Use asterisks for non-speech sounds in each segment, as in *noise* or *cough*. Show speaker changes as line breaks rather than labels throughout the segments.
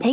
Hey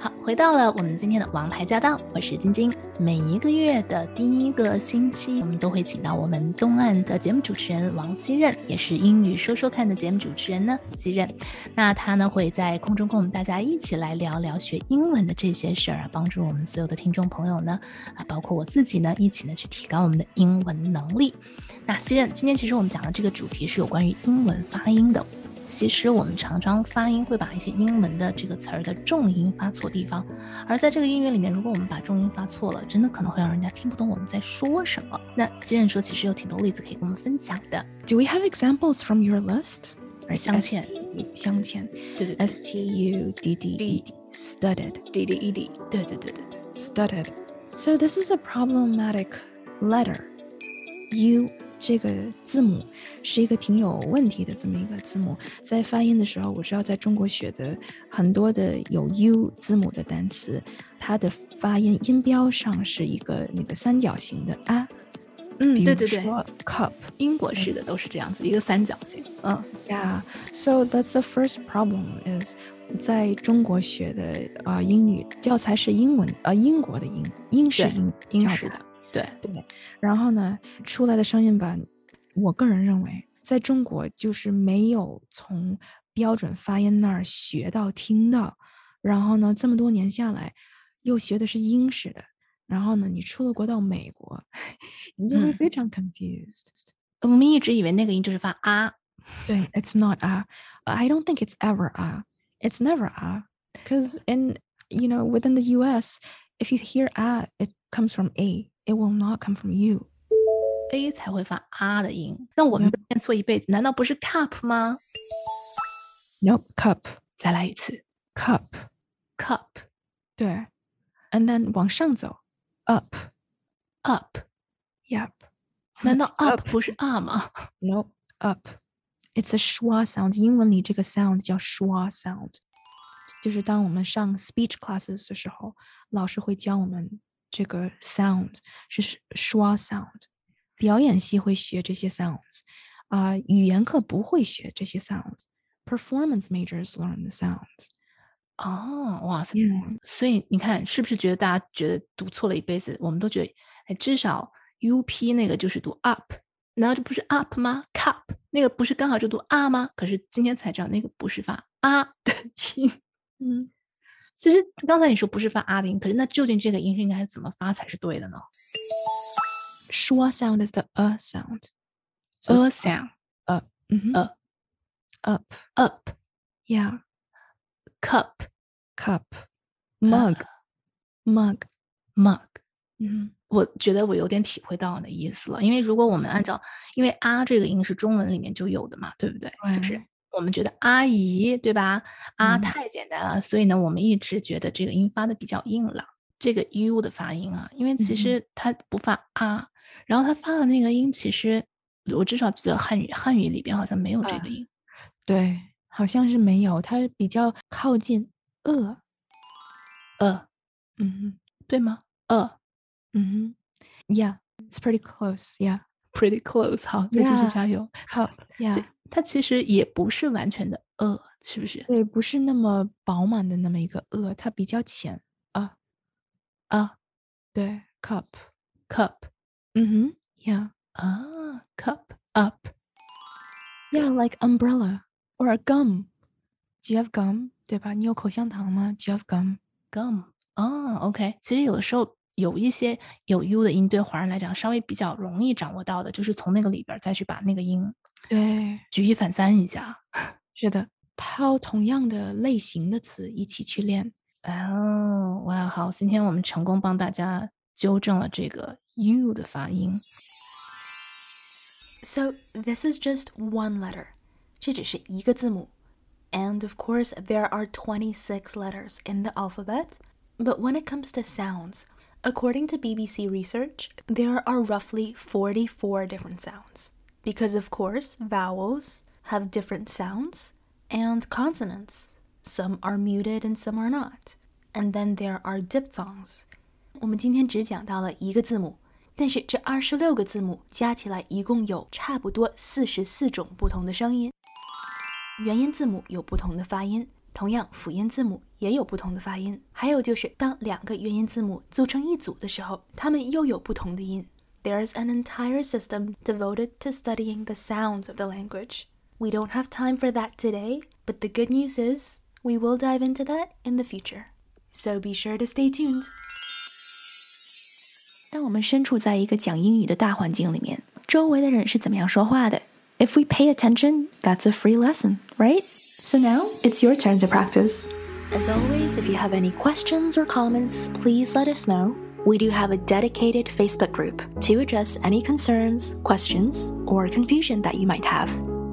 好，回到了我们今天的王牌驾到，我是晶晶。每一个月的第一个星期，我们都会请到我们东岸的节目主持人王希任，也是英语说说看的节目主持人呢希任。那他呢会在空中跟我们大家一起来聊聊学英文的这些事儿啊，帮助我们所有的听众朋友呢啊，包括我自己呢，一起呢去提高我们的英文能力。那希任，今天其实我们讲的这个主题是有关于英文发音的。其实我们常常发音会把一些英文的这个词儿的重音发错地方，而在这个英语里面，如果我们把重音发错了，真的可能会让人家听不懂我们在说什么。那希任说，其实有挺多例子可以跟我们分享的。
Do we have examples from your list?
镶嵌，
镶嵌，
对对对
S T U D D E D, studded.
，d d e d，对对对对，
studded. So this is a problematic letter. U 这个字母是一个挺有问题的这么一个字母，在发音的时候，我知道在中国学的很多的有 U 字母的单词，它的发音音标上是一个那个三角形的啊，
嗯
比
对
如
对对，
说 cup。
英国式的都是这样子，一个三角形，嗯
Yeah, so that's the first problem is 在中国学的啊、呃英语教材是英文呃英国的英英式
对
英
英
教
式
材
的对
对，然后呢出来的声音版，我个人认为在中国就是没有从标准发音那儿学到听到，然后呢这么多年下来又学的是英式的，然后呢你出了国到美国， *laughs* 你就会
嗯
非常 confused、
我们一直以为那个音就是发啊，
对，it's not a. I don't think it's ever a. It's never a. Because in you know within the U.S., if you hear a, it comes from a. It will not come from you.
a 才会发啊的音。那我们被念错一辈子，难道不是 cup 吗？
Nope. Cup.
再来一次
Cup.
cup
对。And then 往上走，up.
up，
Yep.
难道 up
Up
不是啊吗？
Nope. Up. It's a schwa sound. 英文里这个 sound 叫 schwa sound，就是当我们上 speech classes 的时候，老师会教我们这个 sound 是 sch- schwa sound。表演系会学这些 sounds，啊、语言课不会学这些 sounds。Performance majors learn the sounds。
哦，哇塞！
嗯，
所以你看，是不是觉得大家觉得读错了一辈子？我们都觉得，哎，至少 U P 那个就是读 up，难道这不是 up 吗？cup 那个不是刚好就读啊吗？可是今天才知道那个不是发啊的 *laughs* 音。
嗯
其实刚才你说不是发啊的音，可是那究竟这个音是应该怎么发才是对的呢
，schwa sound is the a sound。So
？a
it's
sound
嗯哼
a
up
up
yeah
cup
cup mug mug Mm-hmm.
mug。
嗯。
我觉得我有点体会到你的意思了，因为如果我们按照，因为啊这个音是中文里面就有的嘛，对不对？就是
对
我们觉得阿姨，对吧？啊
嗯
太简单了，所以呢，我们一直觉得这个音发的比较硬朗，这个 u 的发音啊，因为其
嗯哼
实它不发啊，然后它发的那个音，其实我至少记得汉语汉语里边好像没有这
啊
个音。
对，好像是没有，它比较靠近呃，
呃，
嗯
对吗？呃
哼，嗯哼，Yeah, it's pretty close. Yeah,
，pretty close，好，再继续
Yeah
加油。
*laughs* 好
所以
，Yeah，
它其实也不是完全的呃，是不是？
对，不是那么饱满的那么一个呃，它比较浅啊，
啊
对，cup，
，cup。
嗯哼，Yeah,
啊，cup up，
*laughs* yeah, like umbrella or a gum. Do you have gum？对吧？你有口香糖吗？Do you have *laughs* gum？
gum 啊，OK。其实有的时候有一些有 u 的音，对华人来讲稍微比较容易掌握到的，就是从那个里边儿再去把那个音
对，
举一反三一下。
是的，挑同样的类型的词一起去练。
哦，哇，好，今天我们成功帮大家纠正了这个 u 的发音。
So this is just one letter. 这只是一个字母. And of course, there are 26 letters in the alphabet. But when it comes to sounds, according to BBC research, there are roughly 44 different sounds. Because of course, vowels have different sounds and consonants Some are muted and some are not. And then there are diphthongs. 我们今天只讲到了一个字母，但是这二十六个字母加起来一共有差不多四十四种不同的声音。元音字母有不同的发音，同样辅音字母也有不同的发音。还有就是，当两个元音字母组成一组的时候，它们又有不同的音。There's an entire system devoted to studying the sounds of the language. We don't have time for that today, but the good news is we will dive into that in the future. So be sure to stay tuned.
当我们身处在一个讲英语的大环境里面，周围的人是怎么样说话的？If we pay attention, that's a free lesson, right? So now it's your turn to practice.
As always, if you have any questions or comments, please let us know. We do have a dedicated Facebook group to address any concerns, questions, or confusion that you might have.